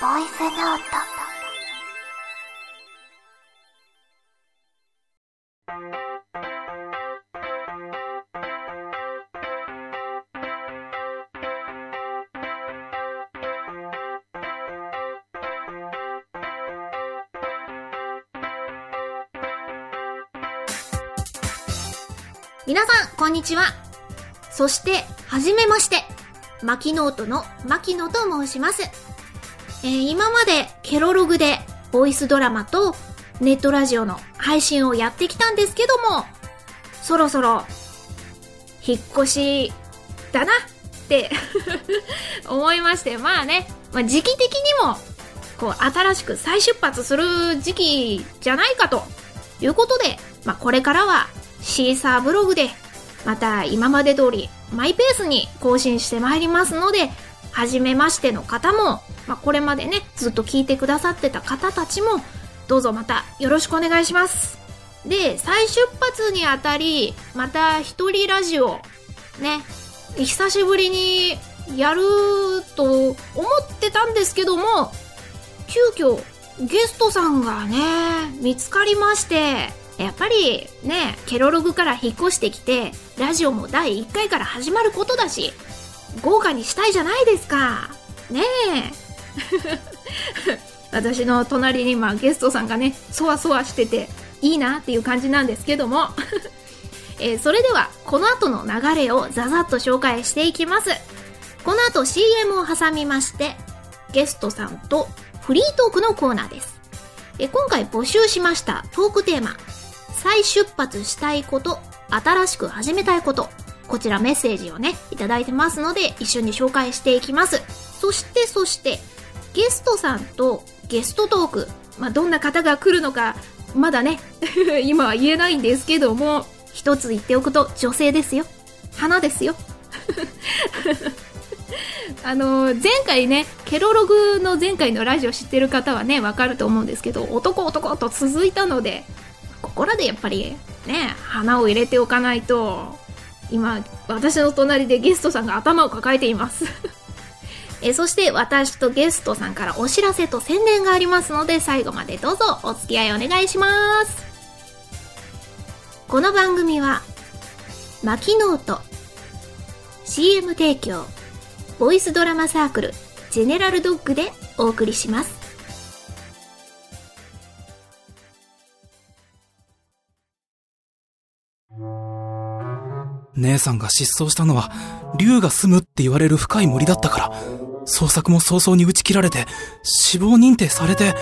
ボイスノート。皆さん、こんにちは。そして、はじめまして。マキノートのマキノと申します。えー今までケロログでボイスドラマとネットラジオの配信をやってきたんですけども、そろそろ、引っ越しだなって 思いまして、まあね、まあ、時期的にも、こう、新しく再出発する時期じゃないかとということで、まあ、これからはシーサーブログで、また今まで通りマイペースに更新してまいりますので、はじめましての方も、まあ、これまでね、ずっと聞いてくださってた方たちも、どうぞまたよろしくお願いします。で、再出発にあたり、また一人ラジオ、ね、久しぶりにやると思ってたんですけども、急遽ゲストさんがね見つかりましてやっぱりねケロログから引っ越してきてラジオも第1回から始まることだし豪華にしたいじゃないですかねえ 私の隣に今ゲストさんがねそわそわしてていいなっていう感じなんですけども、 えーそれではこの後の流れをざざっと紹介していきますこの後 CM を挟みましてゲストさんとフリートークのコーナーです。え今回募集しましたトークテーマ、再出発したいこと、新しく始めたいこと、こちらメッセージをね、いただいてますので、一緒に紹介していきます。そして、そして、ゲストさんとゲストトーク、まあ、どんな方が来るのか、まだね、 今は言えないんですけども、一つ言っておくと女性ですよ。花ですよ。あの前回ねケロログの前回のラジオ知ってる方はねわかると思うんですけど男男と続いたのでここらでやっぱりね花を入れておかないと今私の隣でゲストさんが頭を抱えています えそして私とゲストさんからお知らせと宣伝がありますので最後までどうぞお付き合いお願いしますこの番組は「マキノート」CM 提供ボイスドラマサークルジェネラルドッグでお送りします。姉さんが失踪したのは、竜が住むって言われる深い森だったから、捜索も早々に打ち切られて、死亡認定されて、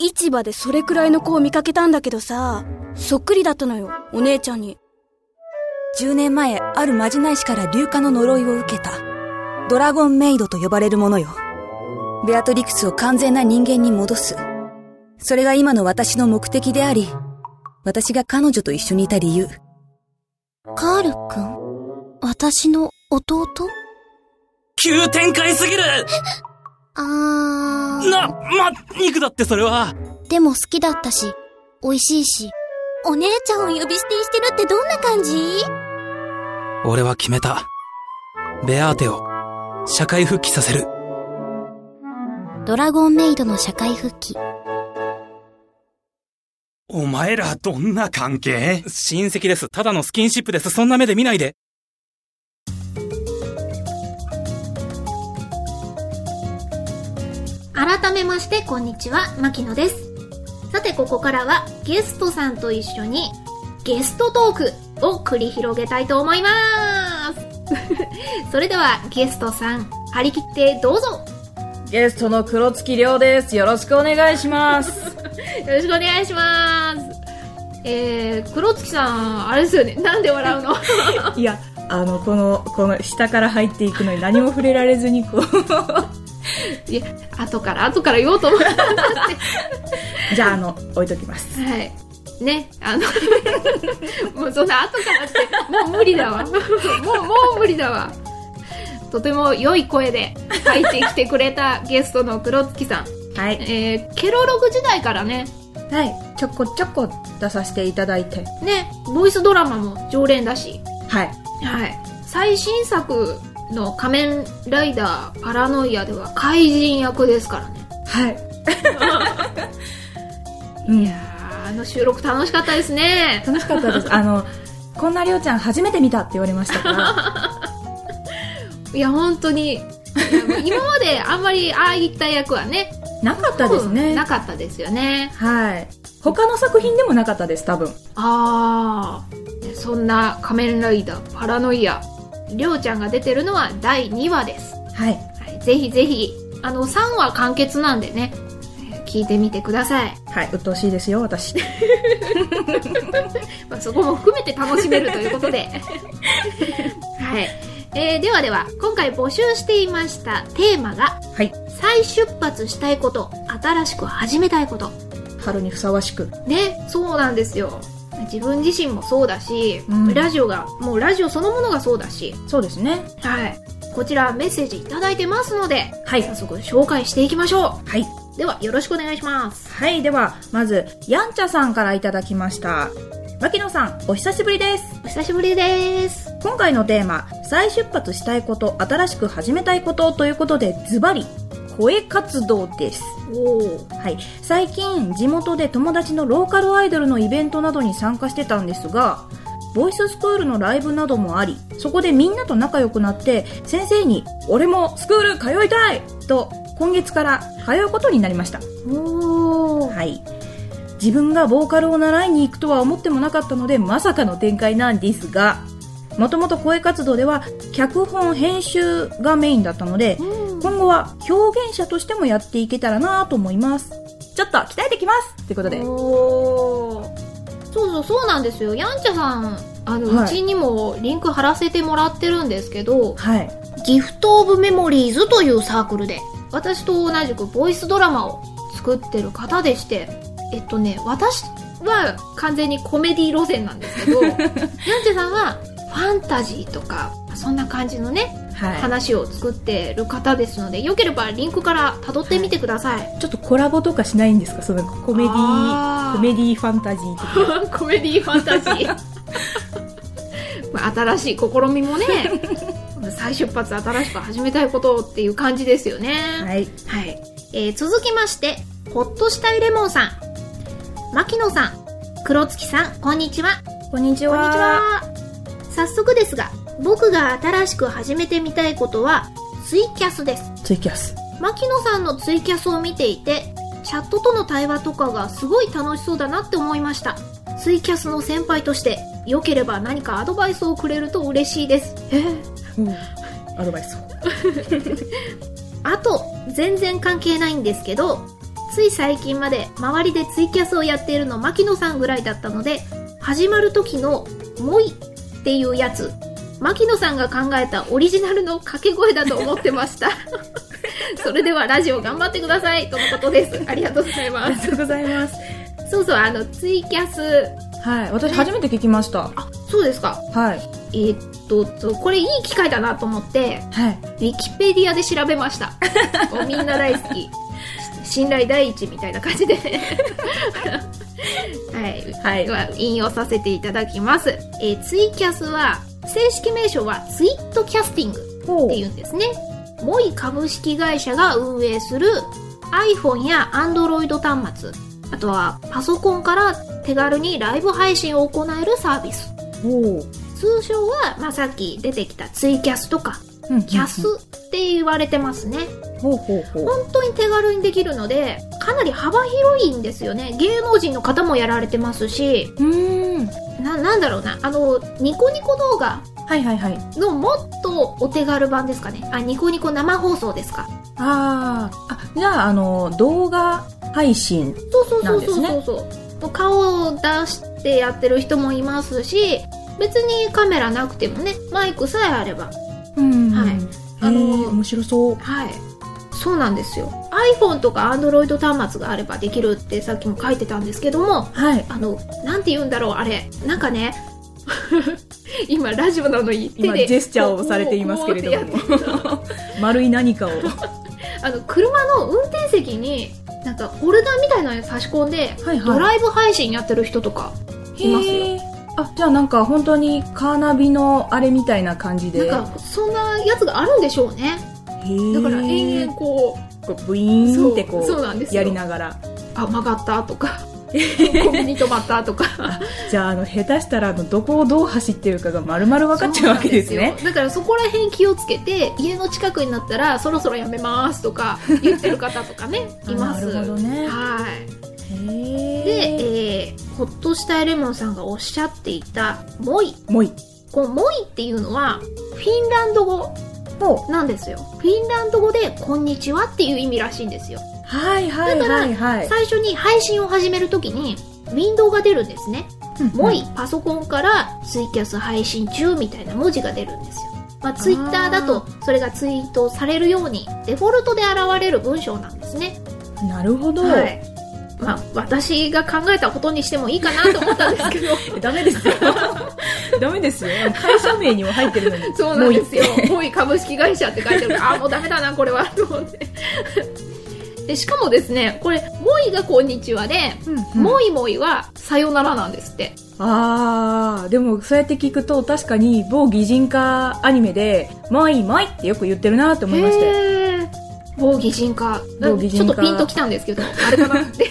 市場でそれくらいの子を見かけたんだけどさ、そっくりだったのよ、お姉ちゃんに。 10年前、あるまじない師から硫化の呪いを受けた。ドラゴンメイドと呼ばれるものよ。ベアトリクスを完全な人間に戻す。それが今の私の目的であり、私が彼女と一緒にいた理由。カールくん私の弟急展開すぎるあな、ま、肉だってそれはー。でも好きだったし、美味しいし。お姉ちゃんを呼び捨てにしてるってどんな感じ俺は決めた。ベアーテを、社会復帰させる。ドラゴンメイドの社会復帰。お前らどんな関係親戚です。ただのスキンシップです。そんな目で見ないで。改めましてこんにちは牧野ですさてここからはゲストさんと一緒にゲストトークを繰り広げたいと思います それではゲストさん張り切ってどうぞゲストの黒月亮です。よろしくお願いします。よろしくお願いしますえー、黒月さんあれですよねなんで笑うのいや、あの、この、この下から入っていくのに何も触れられずに、こ う。 いや後から後から言おうと思ったんだってじゃあ、あの、置いときます。はい。ね、あの、 もうそんな後からって、もう無理だ わ。もう、もう無理だわ。とても良い声で入ってきてくれたゲストの黒月さん。はい。えー、ケロログ時代からね、はい。ちょこちょこ出させていただいてね、ボイスドラマも常連だし。はいはい。最新作の仮面ライダーパラノイアでは怪人役ですからね。はい うんいやー、あの収録楽しかったですね。楽しかったですあのこんなりょうちゃん初めて見たって言われましたから いや、本当に。いや今まであんまりああいった役はね、なかったですねなかったですよね。はい他の作品でもなかったです多分あー、ねそんな仮面ライダーパラノイア、りょうちゃんが出てるのは第2話です。はいはい、ぜひぜひ、あの、3話完結なんでね、えー聞いてみてください。はいうっとうしいですよ私 まあ、そこも含めて楽しめるということで。 はい。えーではでは、今回募集していましたテーマが、はい再出発したいこと、新しく始めたいこと。春にふさわしくね、そうなんですよ。自分自身もそうだし、うんラジオが、もうラジオそのものがそうだし、そうですねはい。こちらメッセージいただいてますので、はい早速紹介していきましょ。はいうでは、よろしくお願いします。はい、では、まず、やんちゃさんからいただきました。牧野さん、お久しぶりです。お久しぶりです。今回のテーマ、再出発したいこと、新しく始めたいことということで、ズバリ、声活動です。おー。はい、最近、地元で友達のローカルアイドルのイベントなどに参加してたんですが、ボイススクールのライブなどもあり、そこでみんなと仲良くなって、先生に、俺もスクール通いたいと、今月から通うことになりました。おー。はい。自分がボーカルを習いに行くとは思ってもなかったので、まさかの展開なんですが、もともと声活動では、脚本編集がメインだったので、今後は表現者としてもやっていけたらなと思います。ちょっと鍛えてきますということで。おーそうそうそうなんですよやんちゃさんあの、はいうちにもリンク貼らせてもらってるんですけどはい。ギフト・オブ・メモリーズというサークルで私と同じくボイスドラマを作ってる方でしてえっとね私は完全にコメディ路線なんですけ どやんちゃさんはファンタジーとかそんな感じのねは話を作ってる方ですのでよければリンクから辿ってみてください、い。ちょっとコラボとかしないんですかそのコメディあーコメディファンタジーと か。コメディファンタジーまあ 新しい試み もね再出発新しく始めたいことっていう感じですよねはい。はい、えー続きましてほっとしたいレモンさん牧野さん黒月さんこんにちはこんにちこんにちはは。早速ですが僕が新しく始めてみたいことはツイキャスですツイキャス。牧野さんのツイキャスを見ていてチャットとの対話とかがすごい楽しそうだなって思いましたツイキャスの先輩として良ければ何かアドバイスをくれると嬉しいですえーうんアドバイスを。あと全然関係ないんですけどつい最近まで周りでツイキャスをやっているの牧野さんぐらいだったので始まる時の「もい」っていうやつ牧野さんが考えたオリジナルの掛け声だと思ってました それではラジオ頑張ってくださいとのことですありがとうございあまりすがとうございます。そうそう、あの、ツイキャス。はい。私初めて聞きました。あ、そうですか。はい。えーっと、そうこれいい機会だなと思って、はい。ウィキペディアで調べました。もうみんな大好き。信頼第一みたいな感じで。はい。はいでは引用させていただきます。えーツイキャスは、正式名称はツイットキャスティング。ほっていうんですね。モイ株式会社が運営する iPhone や Android 端末、あとはパソコンから手軽にライブ配信を行えるサービス。ほう。通称は、まあ、さっき出てきたツイキャスとか、うんキャスって言われてますね。ほうほうほう。本当に手軽にできるので、かなり幅広いんですよね。芸能人の方もやられてますし、うーん。な、なんだろうな、あの、ニコニコ動画はいはいはい。のもっとお手軽版ですかね。あ、ニコニコ生放送ですか。ああ。あ、じゃあ、あの、動画配信。そうそうなそんうですそうねそうそう、もう顔を出してやってる人もいますし別にカメラなくてもねマイクさえあればうんはいああのの面白そう。はいそうなんですよ iPhone とか Android 端末があればできるってさっきも書いてたんですけどもはい。あのなんて言うんだろうあれなんかね 今ラジオなのに手今、でジェスチャーをされていますけれどこうこうってやっても。丸い何かを。あの車の運転席になんかフォルダみたいなのに差し込んで、はいはいドライブ配信やってる人とかいますよ。へーあじゃあなんか本当にカーナビのあれみたいな感じでなんかそんなやつがあるんでしょうね。だだから延々こう、こうブイーンってこうそうそうなんですよやりながらあ、曲がったとか、コンビニ止まったとか。じゃああの下手したらあのどこをどう走ってるかが丸々 分かっちゃうわけですそうなんねよだからそこら辺気をつけて、家の近くになったらそろそろやめますとか言ってる方とかね、います。 あなるほどねはい。へえで、えー、ほっとしたいレモンさんがおっしゃっていた「モイもう一」この「モイ」っていうのはフィンランド語歩なんですよフィンランド語で「こんにちは」っていう意味らしいんですよ、はいはいはいはい最初に配信を始めるときにウィンドウが出るんですね「モイ」パソコンから「ツイキャス配信中」みたいな文字が出るんですよまあ、ツイッターだとそれがツイートされるようにデフォルトで現れる文章なんですねなるほど、はいまあ私が考えたことにしてもいいかなと思ったんです けどダメですよダメですよ会社名にも入ってるのに そうなんですよもう一。モイ株式会社って書いてあるから、あ、もうダメだな、これは、と思って。で、しかもですね、これ、モイがこんにちはで、うんモイモイはさよならなんですって。あーでもそうやって聞くと確かに某擬人化アニメで「もういいもうい」ってよく言ってるなと思いましたよへー。某擬人化。某擬ちょ人っ化とピンときたんですけ ど、あれかなって。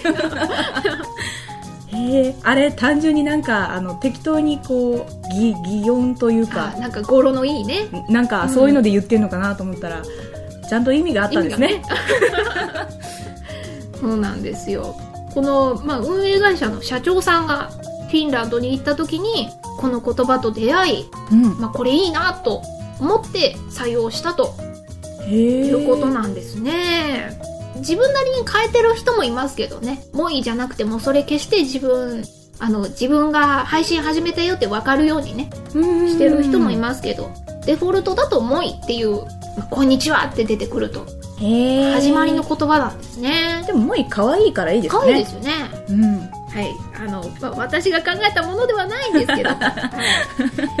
へえあれ単純になんかあの適当にこう擬擬音というあかなんか語呂のいいね。なんかそういうので言ってるのかなと思ったら、ちゃんと意味があったんですねそうなんですよ。この、まあ、運営会社の社長さんが、フィンランドに行った時に、この言葉と出会い、うんまあ、これいいなと思って採用したとへえいうことなんですね。自分なりに変えてる人もいますけどね。もういいじゃなくてもそれ決して自分、あの、自分が配信始めたよってわかるようにね、してる人もいますけど、デフォルトだともういいっていう、まあこんにちはって出てくると、すへえ始まりの言葉なんですね。でももういい可愛いからいいですね可愛いですよね。うんはい。あの、まあ、私が考えたものではないんですけど、 は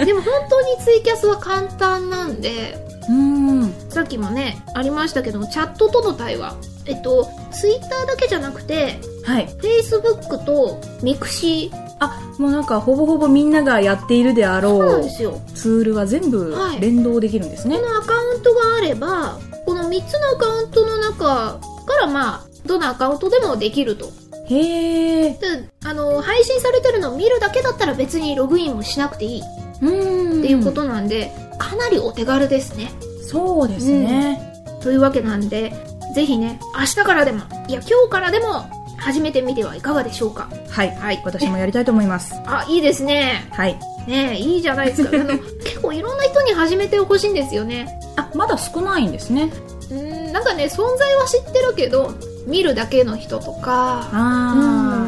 い、でも本当にツイキャスは簡単なんで、うんさっきもねありましたけどもチャットとの対話えっとツイッターだけじゃなくてはいフェイスブックとミクシあもうなんかほぼほぼみんながやっているでーあなろんうですよツールは全部はい連動できるんですね、このアカウントがあればこの3つのアカウントの中からまあどのアカウントでもできるとへえであの配信されてるのを見るだけだったら別にログインもしなくていいっうんていうことなんで、かなりお手軽ですねそうですね、というわけなんでぜひね明日からでもいや今日からでも始めてみてはいかがでしょうかはい、はい私もやりたいと思いますあいいですねはいねえいいじゃないで すかあの結構いろんな人に始めてほしいんですよねあまだ少ないんですねうーんなんかね存在は知ってるけど見るだけの人とかああ、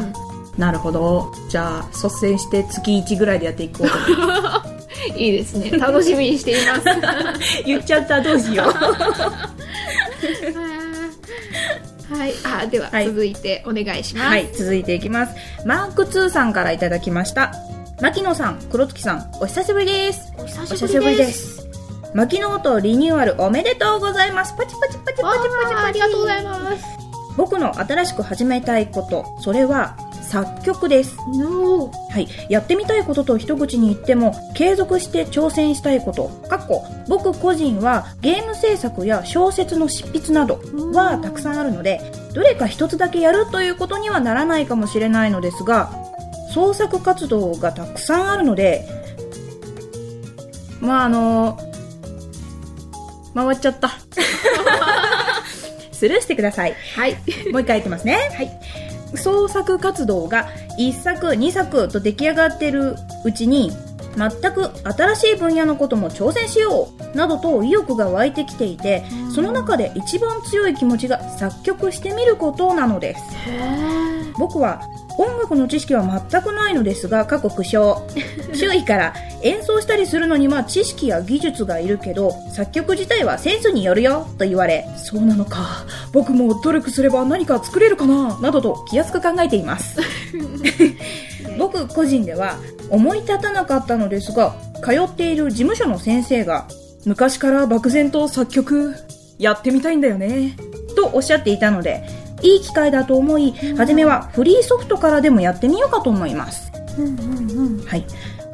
なるほどじゃあ率先して月1ぐらいでやってい こうと思いまうんいいですね楽しみにしてい ますへす言っちゃったど うしようーはいあでは、はい続いてお願いします、はい、続いていきます。マーク2さんからいただきました。牧野さん、黒月さん、お久しぶりです。おお久久ししぶぶりりでですす。牧野とリニューアルおめでとうございます。パチパチパチわパチパチパチあありがとうございます僕の新しく始めたいこと、それは作曲です。のーはい、やってみたいことと一口に言っても継続して挑戦したいことかっこ僕個人はゲーム制作や小説の執筆などはたくさんあるのでどれか一つだけやるということにはならないかもしれないのですが創作活動がたくさんあるのでまああの回っちゃった スルーしてくださいはいもう一回言ってますね。はい。創作活動が1作、2作と出来上がってるうちに、全く新しい分野のことも挑戦しようなどと意欲が湧いてきていて、その中で一番強い気持ちが作曲してみることなのです。僕は音楽の知識は全くないのですが過去苦 笑周囲から演奏したりするのには知識や技術がいるけど作曲自体はセンスによるよと言われそうなのか僕も努力すれば何か作れるかななどと気安く考えています 僕個人では思い立たなかったのですが通っている事務所の先生が昔から漠然と作曲やってみたいんだよねとおっしゃっていたのでいい機会だと思い、初めはフリーソフトからでもやってみようかと思います。はい。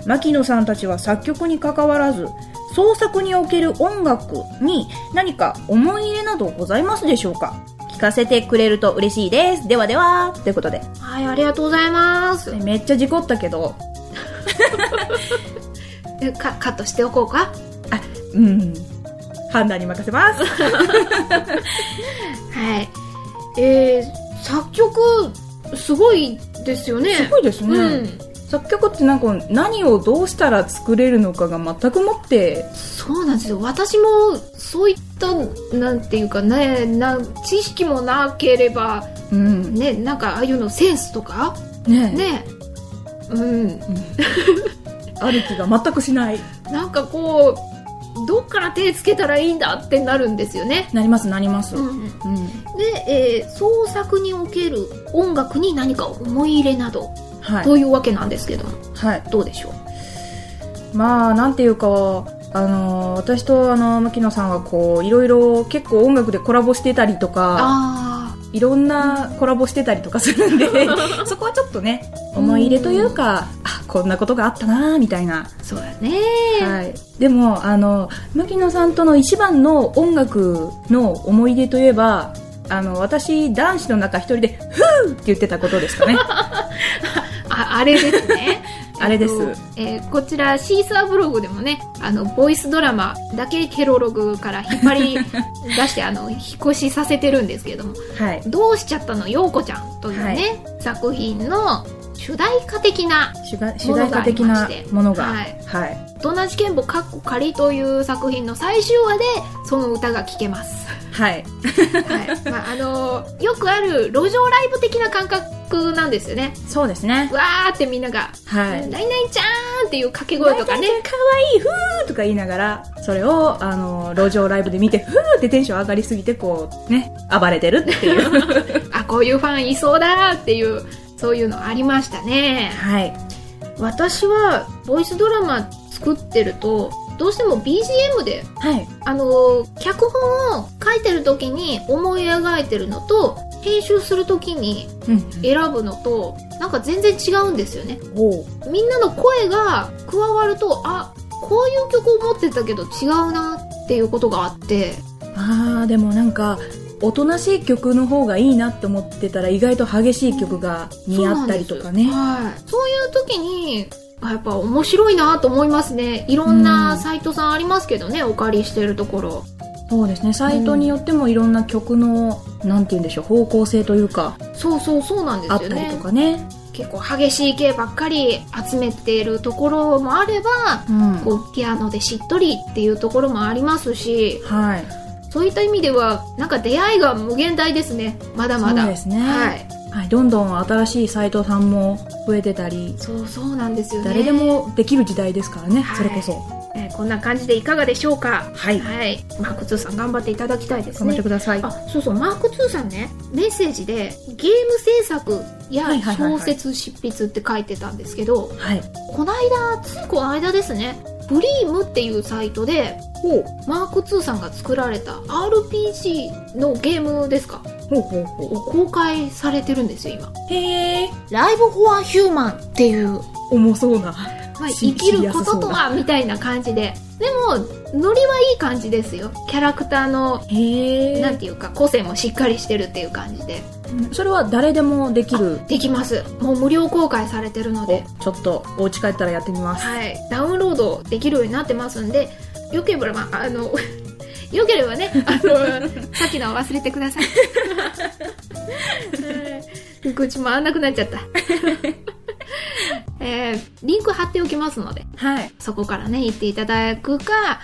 牧野さんたちは作曲に関わらず、創作における音楽に何か思い入れなどございますでしょうか聞かせてくれると嬉しいです。ではでは、ということで。はい、ありがとうございます。めっちゃ事故ったけど、えカカットしておこうか。うん。判断に任せます。はい。えー、作曲、すごいですよね。すごいですね。うん。作曲ってなんか何をどうしたら作れるのかが全くもって、そうなんですよ。私も、そういった、なんていうかね、な、知識もなければ、うん、ね、なんか、ああいうのセンスとか、ねね、うん、ある気が全くしない。なんかこう、どっから手つけたらいいんだってなるんですよね。なりますなります。うんうんで、えー創作における音楽に何か思い入れなどはい。というわけなんですけども、はい。どうでしょうまあ、なんていうか、あのー、私と、あのー、牧野さんはこう、いろいろ結構音楽でコラボしてたりとか、あいろんなコラボしてたりとかする んで、そこはちょっとね、思い入れというか、あ、こんなことがあったなーみたいあな。そうだね、はい、でもあの牧野さんとの一番の音楽の思い出といえばあの私男子の中一人で「フー!」って言ってたことですか ねああれですね あれですえっとえーこちらシーサーブログでもねあのボイスドラマだけケロログから引っ張り出 してあの引っ越しさせてるんですけどもはい「どうしちゃったのようこちゃん」というはね、作品の主題歌的な主題主題歌的なものがははいい、 「ドナジケンボかっこ仮」という作品の最終話でその歌が聴けます、はいはい まあ、あのーよくある路上ライブ的な感覚なんですよねそうですねわーってみんなが「はナイいナイちゃーん!」っていう掛け声とかね大体かわいいフー!」とか言いながらそれをあの路上ライブで見て「フー!」ってテンション上がりすぎてこうね暴れてる っていうあこういうファンいそうだーっていうそういうのありましたねはい私はボイスドラマ作ってるとどうしても BGM ではいあの脚本を書いてる時に思い描いてるのと編集する時にうん選ぶのとなんか全然違うんですよねおうみんなの声が加わるとあこういう曲を持ってたけど違うなっていうことがあってあーでもなんかおとなしい曲の方がいいなって思ってたら意外と激しい曲が似合ったりとかねそうなんですはい、そういう時にあやっぱ面白いなと思いますねいろんなサイトさんありますけどね、お借りしてるところそうですねサイトによってもいろんな曲の、なんて言うんでしょう方向性というかそうそうそうなんですあよっねたりとかね結構激しい系ばっかり集めているところもあれば、うんこうピアノでしっとりっていうところもありますしはいそういった意味ではなんか出会いが無限大ですねまだまだそうですねはい、はい、どんどん新しいサイトさんも増えてたりそうそうなんですよね誰で、もできる時代ですからね、はいそれこそえーこんな感じでいかがでしょうかはいはいマーク2さん頑張っていただきたいです頑張ってねくださいあそうそうマーク2さんねメッセージでゲーム制作やはいはいはいは小い説執筆って書いてたんですけど、はいこの間ついこの間ですねブリームっていうサイトでほうマーク2さんが作られた RPG のゲームですかほうほうほを公開されてるんですよ今うへえライブ・フォア・ヒューマンっていう、ま重そうなあ、シ生きリるこシリアスそとうとだはみたいな感じででもノリはいい感じですよキャラクターのへなんていうか個性もしっかりしてるっていう感じでそれは誰でもできるできますもう無料公開されてるのでちょっとお家帰ったらやってみますはい、ダウンロードできるようになってますんで、よければ、まあ、あの、 よければね、あの、さっきのは忘れてください。うん口回んなくなっちゃった。えーリンク貼っておきますので、はいそこからね、行っていただくか、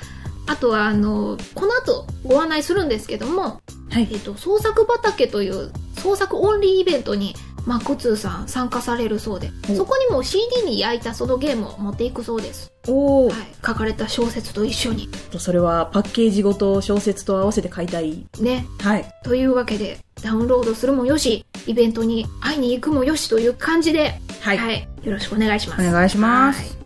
あとは、あの、この後ご案内するんですけども、はいえっと、創作畑という創作オンリーイベントに、マックツーさん参加されるそうで、おそこにも CD に焼いたそのゲームを持っていくそうです。おお、はい。書かれた小説と一緒に。とそれはパッケージごと小説と合わせて買いたいね。はいというわけで、ダウンロードするもよし、イベントに会いに行くもよしという感じで、はよろしくお願いします。お願いしますはい。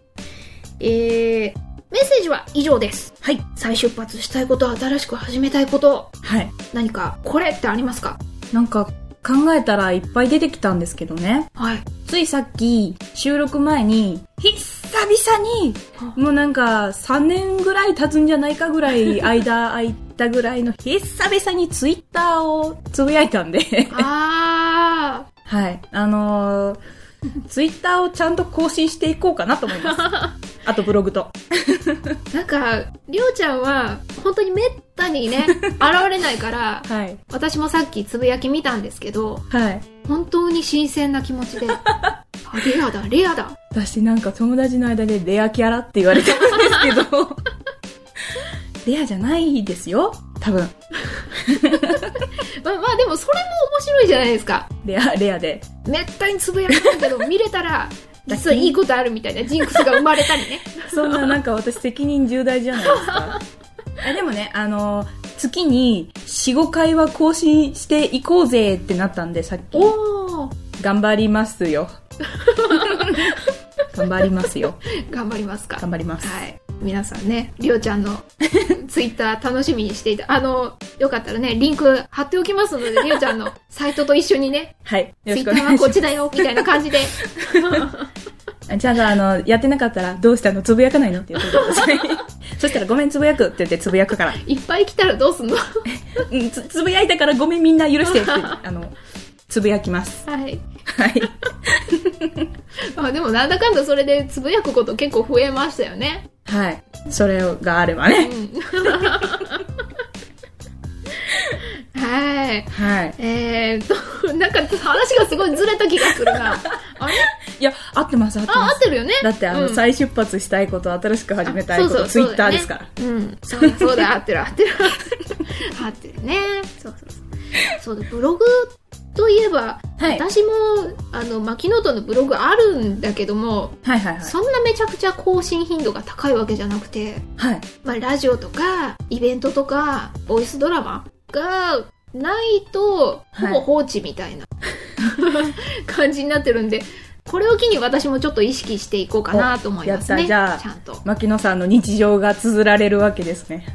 えー、メッセージは以上です。はい再出発したいこと、新しく始めたいこと、はい何かこれってありますかなんか考えたらいっぱい出てきたんですけどね。はい。ついさっき収録前に、久々に、もうなんか3年ぐらい経つんじゃないかぐらい間空いたぐら いの久々にツイッターをつぶやいたんで、あ はい。あのー、ツイッターをちゃんと更新していこうかなと思い ます。あとブログと。ー。なんか、りょうちゃんは、本当にめったに ね、現れないから、はい。私もさっきつぶやき見たんですけど、はい。本当に新鮮な気持 ちで、あレアだ、レアだ。私なんか友達の間でレアキャラって言われてるんですけ ど、レアじゃないですよ。多分。まあまあでもそれも面白いじゃないですか。レア、レアで。めったにつぶやかないけど、見れた ら、実はいいことあるみたいなジンクスが生まれたりね。そんななんか私責任重大じゃないですか。えでもね、あの、月に4、5回は更新していこうぜってなったんで、さっ き。おー、頑張りますよ。 頑張りますよ。頑張りますか。頑張ります。はい。皆さんね、りょうちゃん のツイッター楽しみにしていた。あの、よかったらね、リンク貼っておきますので、りょうちゃんのサイトと一緒にね、はい。よツろイしッターくお願はいしこまっちだよ、みたいな感じ で。す。じゃあ、あの、やってなかったら、どうしたのつぶやかないのって言ってください。 そしたら、ごめん、つぶやくって言ってつぶやくから。いっぱい来たらどう すんのはうん、つ、つぶやいたからごめん、みんな許 してって、あの、つぶやきます。い。はい。あでもなんだかんだそれでつぶやくこと結構増えましたよね。はい。それがあればうね。ん。はい。はい。えー、っと、 なんか話がすごいずれた気がするな。あれいや、合ってます、合ってまあ、合すっ。てるよねだって、あの、うん再出発したいこと、新しく始めたいこあそと、うツそイうッターですから。うん、そうそうだ、合ってる合ってる。 合ってるね。そうそうそう。そうだ、ブログといえば、はい。私も、あの、マキノートのブログあるんだけども、はいはいはい。そんなめちゃくちゃ更新頻度が高いわけじゃなくて、はい。まあ、ラジオとか、イベントとか、ボイスドラマがないと、ほはいぼ放置みたいな、 感じになってるんで、これを機に私もちょっと意識していこうかなと思いますね。おやったちじゃゃんと。牧野さんの日常が綴られるわけですね。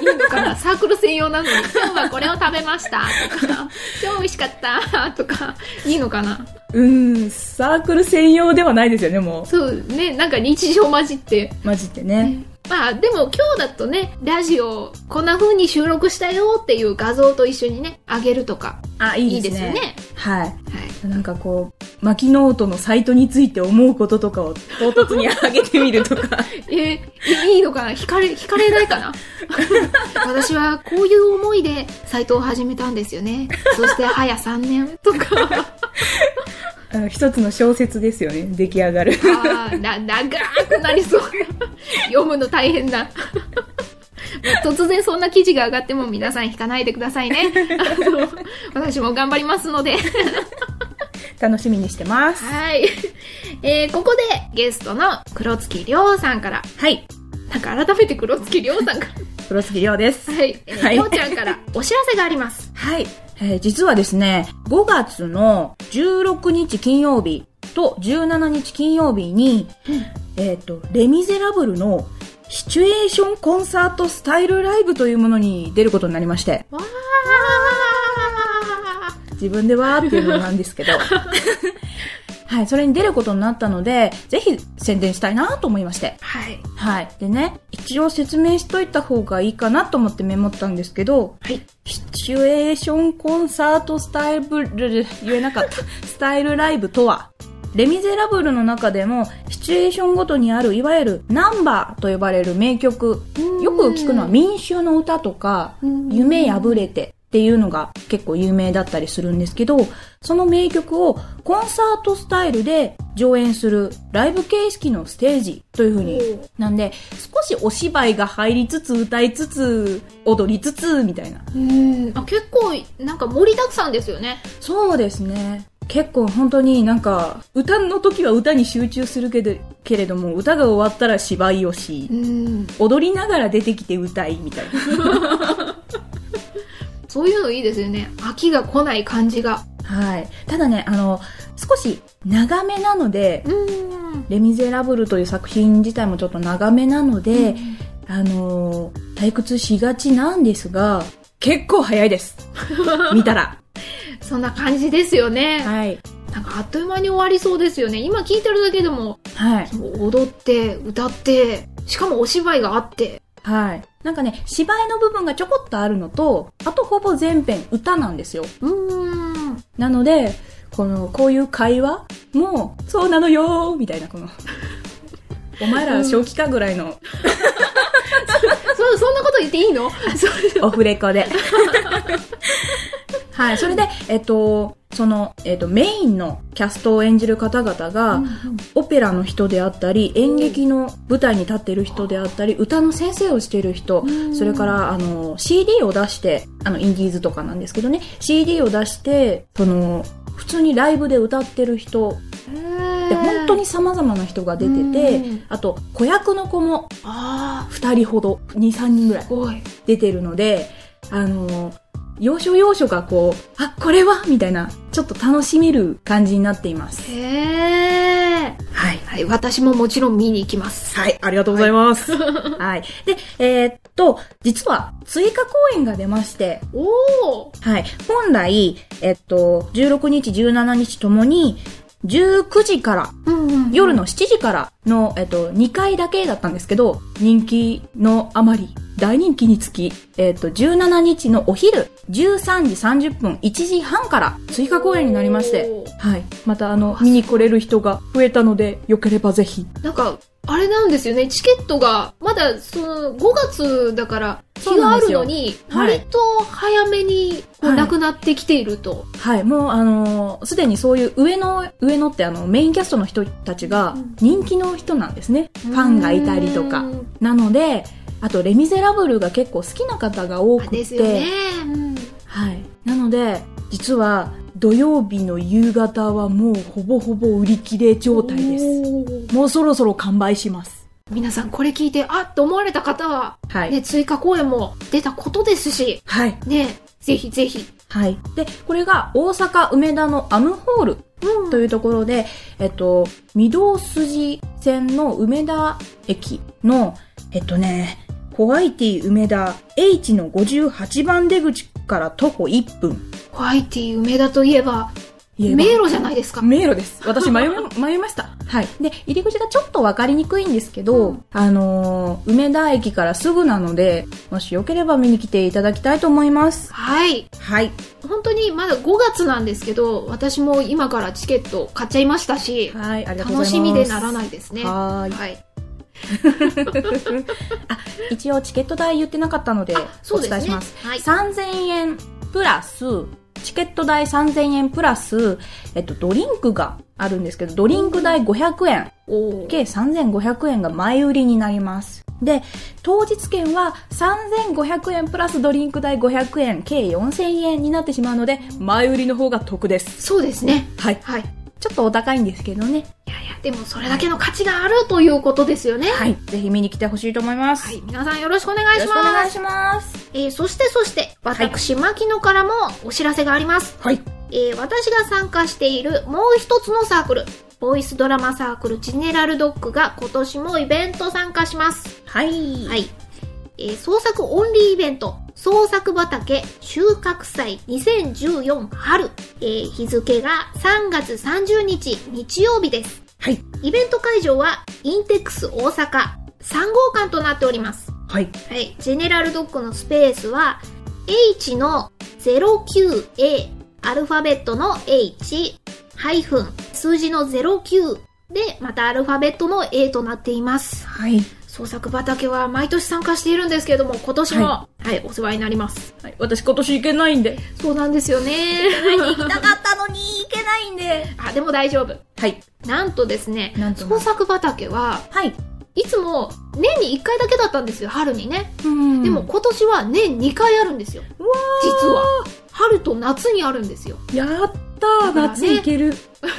いいのかなサークル専用なの に、今日はこれを食べましたとか、今日美味しかったとか、いいのかなうーん、サークル専用ではないですよね、もそうね、なんか日常混じって。う。マジでね。まあでも今日だとね、ラジオこんな風に収録したよっていう画像と一緒にね、あげるとか、あ、いいいいでですすよね。ね。はい。はい。なんかこう、牧ノートのサイトについて思うこととかを唐突に上げてみると か。えーいいのかな惹かれ、惹かれないかな 私はこういう思いでサイトを始めたんですよね。そして早3年とか。あの、一つの小説ですよね、出来上がる。あーな長くなりそう読むの大変だまあ突然そんな記事が上がっても皆さん引かないでくださいねあの私も頑張りますので楽しみにしてます。はい、えーここでゲストの黒月亮さんからはい。なんか改めて黒月亮さんか黒月亮ですら。はい、えーはい亮ちゃんからお知らせがありますはい。えー実はですね、5月の16日金曜日と17日金曜日に、えっ、と、レミゼラブルのシチュエーションコンサートスタイルライブというものに出ることになりまして、わー自分ではーっていうのなんですけ ど、はい、それに出ることになったので、ぜひ宣伝したいなと思いまして。はいはい。でね、一応説明しといた方がいいかなと思ってメモったんですけど、はいシチュエーションコンサートスタイル、言えなかった。 スタイルライブとは、レミゼラブルの中でも、シチュエーションごとにある、いわゆるナンバーと呼ばれる名曲、よく聞くのは民衆の歌とか、夢破れてっていうのが結構有名だったりするんですけど、その名曲をコンサートスタイルで上演するライブ形式のステージというふうになんで、少しお芝居が入りつつ、歌いつつ、踊りつつ、みたいな。うんあ結構なんか盛りだくさんですよねそうですね。結構本当になんか、歌の時は歌に集中するけど、けれども、歌が終わったら芝居をしう、ん踊りながら出てきて歌い、みたいな。そういうのいいですよね飽きが来ない感じがはい。ただね、あの、少し長めなので、うんレミゼラブルという作品自体もちょっと長めなので、あのー退屈しがちなんですが、結構早いです。見たら。そんな感じですよね。はい。なんかあっという間に終わりそうですよね。今聞いてるだけでも、はい。踊って、歌って、しかもお芝居があって。はい。なんかね、芝居の部分がちょこっとあるのと、あとほぼ全編歌なんですよ。うーん。なので、この、こういう会話も、そうなのよーみたいな、この、お前ら正気かぐらいのそ、そんなこと言っていいのそうオフレコで。はい、それで、えっと、その、えっと、メインのキャストを演じる方々が、オペラの人であったり、演劇の舞台に立っている人であったり、歌の先生をしている人、それから、あの、CD を出して、あの、インディーズとかなんですけどね、CD を出して、その、普通にライブで歌ってる人で、本当に様々な人が出てうてん、あと、子役の子もあ2人ほど、2、3人ぐらいあ、す。ごい。出てるので、あの、要所要所がこう、あ、これはみたいな、ちょっと楽しめる感じになっています。へえ。はい。はい、私ももちろん見に行きます。はい、ありがとうございます。はい。で、えーっと、実は追加公演が出まして、おお。はい。本来、えっと、16日、17日ともに、19時から、うんうん夜の7時からの、えっと、2回だけだったんですけど、人気のあまり、大人気につき、えっと、17日のお昼、13時30分、1時半から追加公演になりましておー、はい。また、あの、見に来れる人が増えたので、よければぜひ。なんか、あれなんですよね、チケットが、まだその5月だから、そ日うがなあんでるすよのに、はい割と早めにこうはいなくなってきていると。はい。もう、あのーすでにそういう上の、上のってあの、メインキャストの人たちがうん人気の人なんですね。ファンがいたりとうか。んなので、あと、レミゼラブルが結構好きな方が多あくて、ですよね。うんはい。なので、実は土曜日の夕方はもうほぼほぼ売り切れ状態です。おーもうそろそろ完売します。皆さんこれ聞いて、あっと思われた方は、はい。ね、追加公演も出たことですし、はい。ね、ぜひぜひ。はい。で、これが大阪梅田のアムホールうんというところで、えっと、御堂筋線の梅田駅の、えっとね、ホワイティ梅田 H の58番出口から徒歩1分。ホワイティ梅田といえば、言えば迷路じゃないですか。迷路です。私迷い、 迷いました。はい。で、入り口がちょっとわかりにくいんですけど、あのー梅田駅からすぐなので、もしよければ見に来ていただきたいと思います。はい。はい。本当にまだ5月なんですけど、私も今からチケット買っちゃいましたし、はい、ありがとうございま楽す。しみでならないですね。は。はいーい。一応チケット代言ってなかったので、そうおです伝えしねま。す。はい。 3000円プラス、チケット代3000円プラス、えっと、ドリンクがあるんですけど、ドリンク代500円。おー計3500円が前売りになります。で、当日券は3500円プラスドリンク代500円、計4000円になってしまうので、前売りの方が得です。そうですね。はい。はい。いちょっとお高いんですけどね。やいや、でもそれだけの価値があるということですよね。はい。ぜひ見に来てほしいと思います。はよい。皆さんよろしくお願いしろしくお願まいす。します。えー、そしてそして、私、牧野からもお知らせがあります。はい。えー私が参加しているもう一つのサークル、ボイスドラマサークルジェネラルドッグが今年もイベント参加します。はい。はい。えー創作オンリーイベント、創作畑収穫祭2014春。えー日付が3月30日日曜日です。はい。イベント会場はインテックス大阪3号館となっております。はい。はい、ジェネラルドッグのスペースは H の 09A アルファベットの H ハイフン数字の09でまたアルファベットの A となっていますはい。創作畑は毎年参加しているんですけれども今年も、ははいお世話になりますはい。私今年行けないんで。そうなんですよね行きたかったのに行けないんで。あでも大丈夫はい。なんとですねなんと創作畑ははい。いつも年に1回だけだったんですよ春にねうんでも、今年は年2回あるんですようわ実は春と夏にあるんですよ。ーやったー、だからね夏い ける。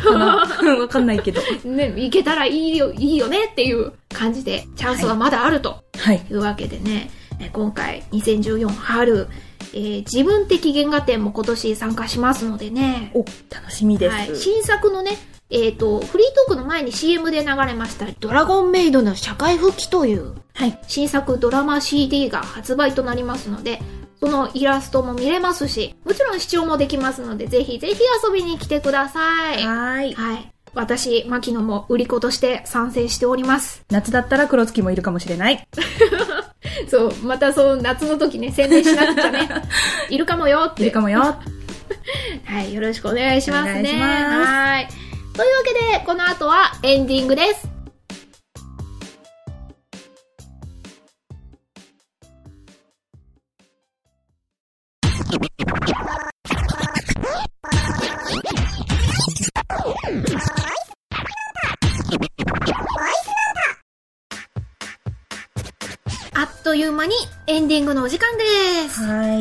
かなわかんないけど。ね、行けたらいいよ、いいよねっていう感じで、チャンスはまだあるとはい。いうわけでね、え今回2014春、えー自分的原画展も今年参加しますのでね、お、楽しみです。はい、新作のね、えっ、と、フリートークの前に CM で流れました、ドラゴンメイドの社会復帰というはい。新作ドラマ CD が発売となりますので、そのイラストも見れますし、もちろん視聴もできますので、ぜひぜひ遊びに来てください。ははいい。。私、牧野も売り子として参戦しております。夏だったら黒月もいるかもしれない。そう、またそう、夏の時ね、宣伝しなくちゃ ね、いるかもよって。いるかもよ。はい、よろしくお願いしますね。お願いしますはい。というわけで、この後はエンディングです。あっという間にエンディングのお時間です。は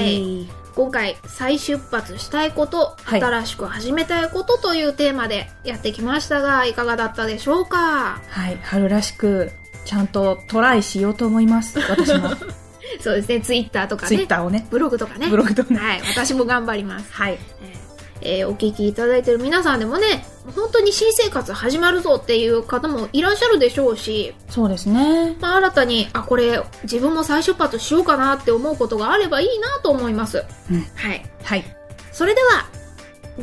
い。今回再出発したいこと、はい新しく始めたいことというテーマでやってきましたがいかがだったでしょうかはい。春らしく、ちゃんとトライしようと思い ます。私も。そうですねツイッターとかツイねッターをね。ブログとかねブログとね。はい私も頑張ります、はい。えーお聞きいただいてる皆さんでもね本当に新生活始まるぞっていう方もいらっしゃるでしょうし、そうですね。まあ、新たにあこれ自分も再出発しようかなって思うことがあればいいなと思います、うんはいはい。それでは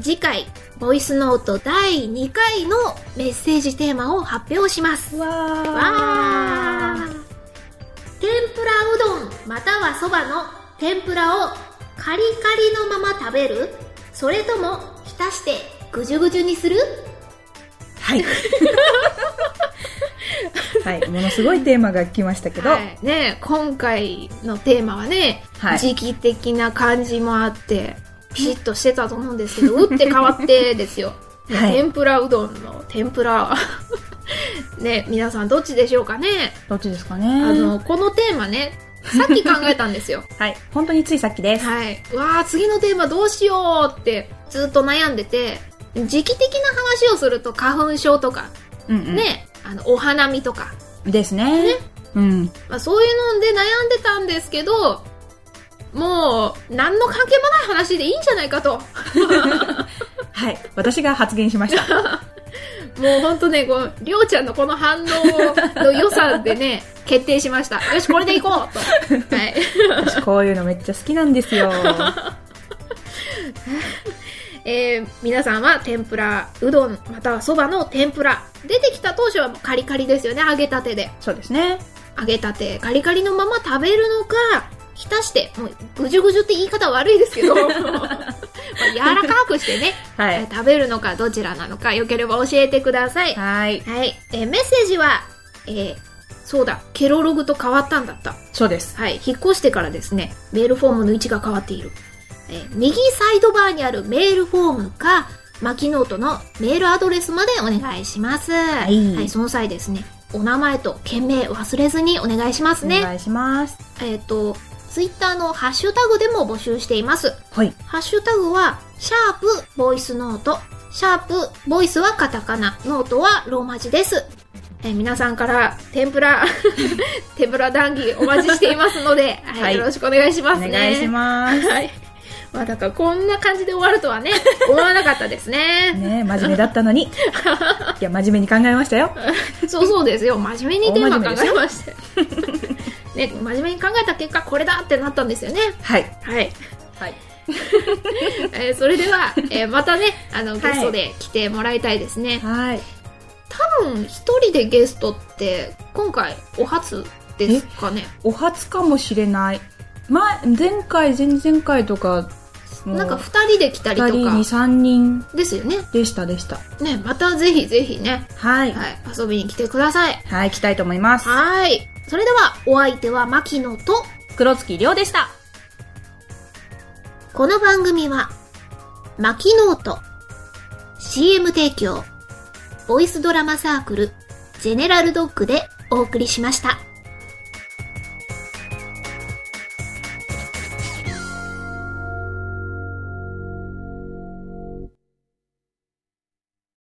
次回ボイスノート第2回のメッセージテーマを発表しますわーわー天ぷらうどんまたはそばの天ぷらをカリカリのまま食べるそれとも浸してぐじゅぐじゅにする はい。はい。ものすごいテーマが来ましたけど。はい、ね今回のテーマはね、はい時期的な感じもあってピシッとしてたと思うんですけ ど打って変わってですよ、ねはい天ぷらうどんの天ぷら ね皆さんどっちでしょうかね、どっちですかね。あのこのテーマねさっき考えたんですよはい。本当についさっきです。はいわあ次のテーマどうしようってずっと悩んでて時期的な話をすると花粉症とかうんうん。ね、あのお花見とかですね。うん。まあ、そういうので悩んでたんですけど、もう、何の関係もない話でいいんじゃないかと。もはい。私が発言し ました。うほんとね、こう、りょうちゃんのこの反応の良さで ね、決定しました。よし、これでいこうと。はい。私こういうのめっちゃ好きなんですよ。えー、皆さんは天ぷら、うどん、またはそばの天ぷら。出てきた当初はもうカリカリですよね、揚げたてで。そうですね。揚げたて、カリカリのまま食べるのか、浸して、もう、ぐじゅぐじゅって言い方悪いですけど、まあ柔らかくしてね、はえいー。食べるのかどちらなのかよければ教えてください。ははい。い。えーメッセージは、えーそうだ、ケロログと変わったんだった。そうです。はい。引っ越してからですね、メールフォームの位置が変わっている。えー右サイドバーにあるメールフォームか、マキノートのメールアドレスまでお願いします。はいその際ですね、お名前と件名忘れずにお願いしますおね。願いします。えっ、と、ツイッターのハッシュタグでも募集しています。はい。ハッシュタグは、シャープボイスノート。シャープボイスはカタカナ。ノートはローマ字です。えー皆さんから天ぷら、 天ぷら談義お待ちしていますので、はい はいよろしくお願いしまおすね。願いします。はい。まあ、だからこんな感じで終わるとはね、思わなかったです ね。ね真面目だっ たのに。いや、真面目に考えましたよ。そうそうですよ。真面目にテーマ大真面目考えですよましたよ。ね、真面目に考えた結果、これだってなったんですよね。はい。はい。はい。 えーそれでは、えーまたね、あの、ゲストで来てもらいたいですね。はい。多分、一人でゲストって、今回、お初ですかね。お初かもしれない。前、前回、前々回とか、もうなんか、二人で来たりと二人かに、三人ですよね。でしたでした。ね、またぜひぜひね、はい。はい、遊びに来てください。はい、行きたいと思います。はい。それでは、お相手は、牧野と、黒月亮でした。この番組は、マキノート、CM 提供、ボイスドラマサークル、ジェネラルドッグでお送りしました。